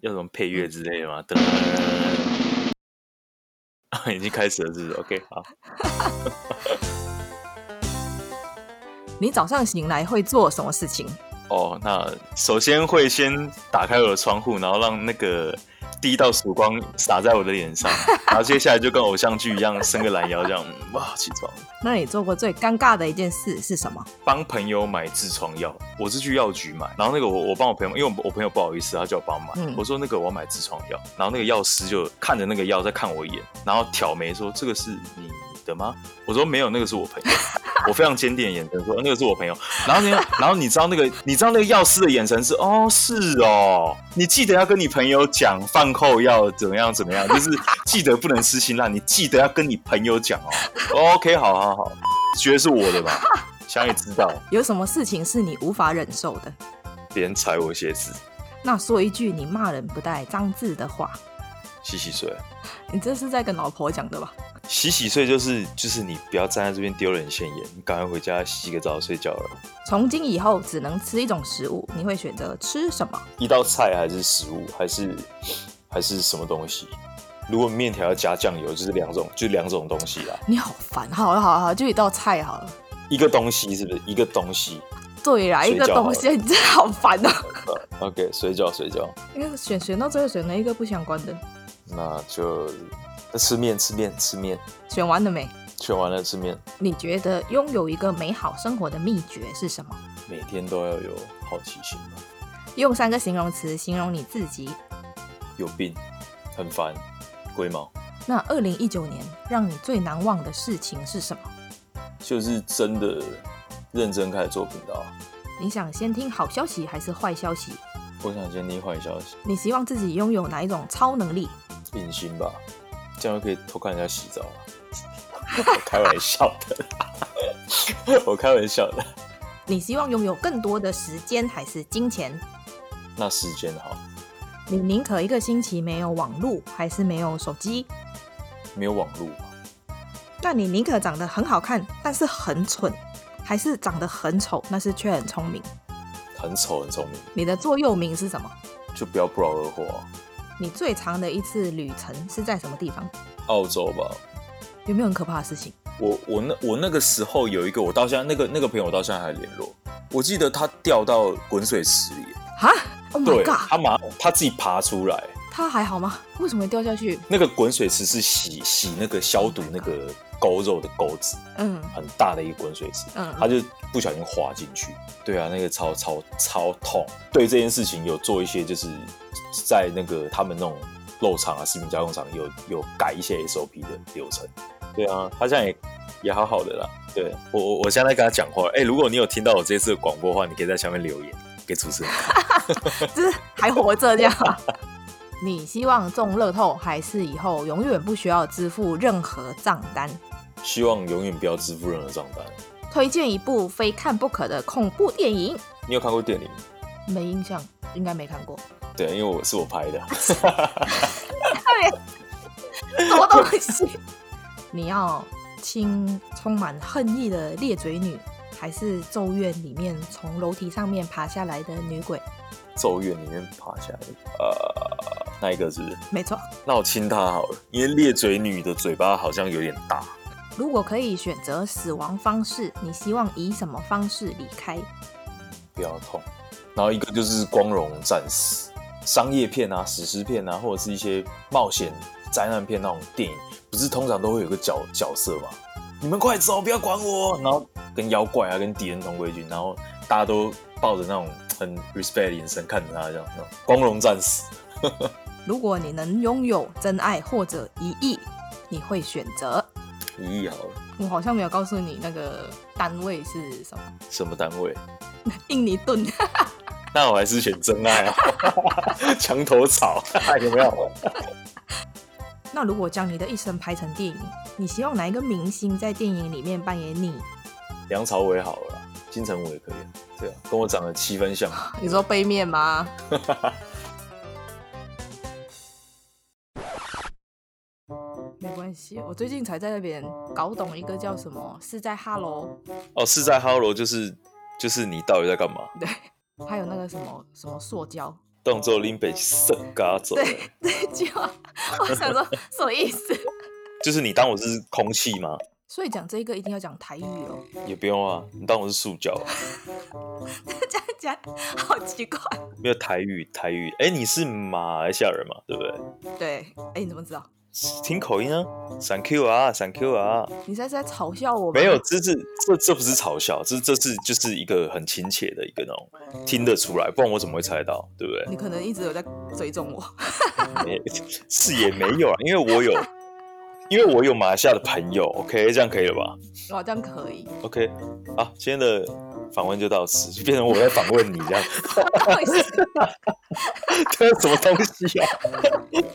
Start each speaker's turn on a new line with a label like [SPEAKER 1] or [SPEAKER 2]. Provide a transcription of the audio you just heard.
[SPEAKER 1] 要什么配乐之类的吗？噔，啊， 已经开始了，是不是？OK，好，
[SPEAKER 2] 你早上醒来会做什么事情？
[SPEAKER 1] 哦，那首先会先打开我的窗户，然后让那个第一道曙光洒在我的脸上，然后接下来就跟偶像剧一样伸个懒腰，这样嗯哇起床，
[SPEAKER 2] 那你做过最尴尬的一件事是什么？
[SPEAKER 1] 帮朋友买痔疮药，我是去药局买，然后那个我我帮我朋友，因为我我朋友不好意思，他叫我帮忙买，
[SPEAKER 2] 嗯
[SPEAKER 1] 我说那个我要买痔疮药，然后那个药师就看着那个药在看我一眼，然后挑眉说这个是你的吗？我说没有，那个是我朋友。我非常坚定的眼神说：“那个是我朋友。”然后呢，然后你知道那个， 你知道那个药师的眼神是：“哦，是哦，你记得要跟你朋友讲饭后要怎么样怎么样，就是记得不能吃辛辣，你记得要跟你朋友讲哦。”OK，好好好，觉得是我的吧？想也知道，
[SPEAKER 2] 有什么事情是你无法忍受的？
[SPEAKER 1] 别人踩我鞋子，
[SPEAKER 2] 那说一句你骂人不带脏字的话，
[SPEAKER 1] 洗洗睡，啊
[SPEAKER 2] 你这是在跟老婆讲的吧？
[SPEAKER 1] 洗洗睡就是就是你不要站在这边丢人现眼，你赶快回家洗个澡睡觉了。
[SPEAKER 2] 从今以后只能吃一种食物，你会选择吃什么？
[SPEAKER 1] 一道菜还是食物还是还是什么东西？如果面条要加酱油，就是两种，就两种东西啦。
[SPEAKER 2] 你好烦，好了好了好了，就一道菜好了。
[SPEAKER 1] 一个东西是不是一个东西
[SPEAKER 2] 对啦，一
[SPEAKER 1] 水饺
[SPEAKER 2] 个东西，你真的好烦哦、
[SPEAKER 1] ？OK，水饺水饺，
[SPEAKER 2] 因为选选到最后选了一个不相关的，
[SPEAKER 1] 那就那吃面吃面吃面，
[SPEAKER 2] 选完了没？
[SPEAKER 1] 选完了吃面，
[SPEAKER 2] 你觉得拥有一个美好生活的秘诀是什么？
[SPEAKER 1] 每天都要有好奇心嘛。
[SPEAKER 2] 用三个形容词形容你自己。
[SPEAKER 1] 有病，很烦，龟毛，
[SPEAKER 2] 那二零一九年让你最难忘的事情是什么？
[SPEAKER 1] 就是真的认真开始做频道啊。
[SPEAKER 2] 你想先听好消息还是坏消息？
[SPEAKER 1] 我想先听坏消息，
[SPEAKER 2] 你希望自己拥有哪一种超能力？
[SPEAKER 1] 隐形吧，这样就可以偷看人家洗澡了。我 开玩笑的， 我开玩笑的。
[SPEAKER 2] 你希望拥有更多的时间还是金钱？
[SPEAKER 1] 那时间好，
[SPEAKER 2] 你宁可一个星期没有网络还是没有手机？
[SPEAKER 1] 没有网络嘛，
[SPEAKER 2] 那你宁可长得很好看，但是很蠢，还是长得很丑，但是却很聪明？
[SPEAKER 1] 很丑很聪明，
[SPEAKER 2] 你的座右铭是什么？
[SPEAKER 1] 就不要不劳而获啊、
[SPEAKER 2] 你最长的一次旅程是在什么地方？
[SPEAKER 1] 澳洲吧，
[SPEAKER 2] 有没有很可怕的事情？
[SPEAKER 1] 我我那我那个时候有一个，我到现在那个那个朋友，我到现在还联络。我记得他掉到滚水池里，
[SPEAKER 2] 哈 o h Oh my
[SPEAKER 1] 对
[SPEAKER 2] god！
[SPEAKER 1] 他马他自己爬出来。
[SPEAKER 2] 他还好吗？为什么掉下去？
[SPEAKER 1] 那个滚水池是洗洗那个消毒那个狗肉的钩子，
[SPEAKER 2] 嗯
[SPEAKER 1] 很大的一个滚水池。
[SPEAKER 2] 嗯，
[SPEAKER 1] 他就不小心滑进去。对啊，那个超超超痛。对这件事情有做一些，就是在那个他们那种肉厂啊、食品加工厂有有改一些 SOP 的流程。对啊，他现在也也好好的啦。对我我我现在在跟他讲话，哎、如果你有听到我这次的广播的话，你可以在下面留言给主持人。
[SPEAKER 2] 就是还活着这样 啊。你希望中乐透，还是以后永远不需要支付任何账单？
[SPEAKER 1] 希望永远不要支付任何账单。
[SPEAKER 2] 推荐一部非看不可的恐怖电影，
[SPEAKER 1] 你有看过电影吗？
[SPEAKER 2] 没印象，应该没看过。
[SPEAKER 1] 对，因为我是我拍的。
[SPEAKER 2] 什么东西？ 你要亲充满恨意的裂嘴女，还是《咒怨》里面从楼梯上面爬下来的女鬼？
[SPEAKER 1] 咒怨里面爬下来的，呃，那一个是不是？
[SPEAKER 2] 没错，
[SPEAKER 1] 那我亲她好了，因为裂嘴女的嘴巴好像有点大，
[SPEAKER 2] 如果可以选择死亡方式，你希望以什么方式离开？
[SPEAKER 1] 比较痛。然后一个就是光荣战士，商业片啊、史诗片啊，或者是一些冒险灾难片那种电影，不是通常都会有个角角色吗？你们快走，不要管我！然后跟妖怪啊、跟敌人同归于尽，然后大家都抱着那种很 respect 的眼神看着他，这样那种光荣战士。
[SPEAKER 2] 如果你能拥有真爱或者一亿，你会选择？
[SPEAKER 1] 一亿好了，
[SPEAKER 2] 我好像没有告诉你那个单位是什么，
[SPEAKER 1] 什么单位？
[SPEAKER 2] 印尼盾。
[SPEAKER 1] 那我还是选真爱 啊，墙头草哎有没有？
[SPEAKER 2] 那如果将你的一生拍成电影，你希望哪一个明星在电影里面扮演你？
[SPEAKER 1] 梁朝伟好了啦，金城武也可以啊，对啊，跟我长得七分像。
[SPEAKER 2] 你说背面吗？ 没关系，我最近才在那边搞懂一个叫什么，是在 Hello，
[SPEAKER 1] 哦，是在哈罗，就是就是你到底在干嘛？
[SPEAKER 2] 还有那个什么什么塑胶，
[SPEAKER 1] 动作林北圣嘎走，
[SPEAKER 2] 对，这句话，我想说什么意思？
[SPEAKER 1] 就是你当我是空气吗？
[SPEAKER 2] 所以讲这个一定要讲台语哦，
[SPEAKER 1] 也不用啊，你当我是塑胶啊？
[SPEAKER 2] 这样讲好奇怪。
[SPEAKER 1] 没有台语，台语，哎，你是马来西亚人嘛？对不对？
[SPEAKER 2] 对，哎，你怎么知道？
[SPEAKER 1] 听口音啊，闪 Q 啊，闪 Q 啊，
[SPEAKER 2] 你现在是在嘲笑我吗？
[SPEAKER 1] 没有，，这是这这不是嘲笑，这这是就是一个很亲切的一个那种听得出来，不然我怎么会猜到？对不对？
[SPEAKER 2] 你可能一直有在追踪我。
[SPEAKER 1] 没是也没有啊，因为我有，因为我有马来西亚的朋友，OK，这样可以了吧
[SPEAKER 2] 哦，这样可以。
[SPEAKER 1] ？OK，好，今天的访问就到此，就变成我在访问你这样，
[SPEAKER 2] 到底是
[SPEAKER 1] 这是什么东西啊？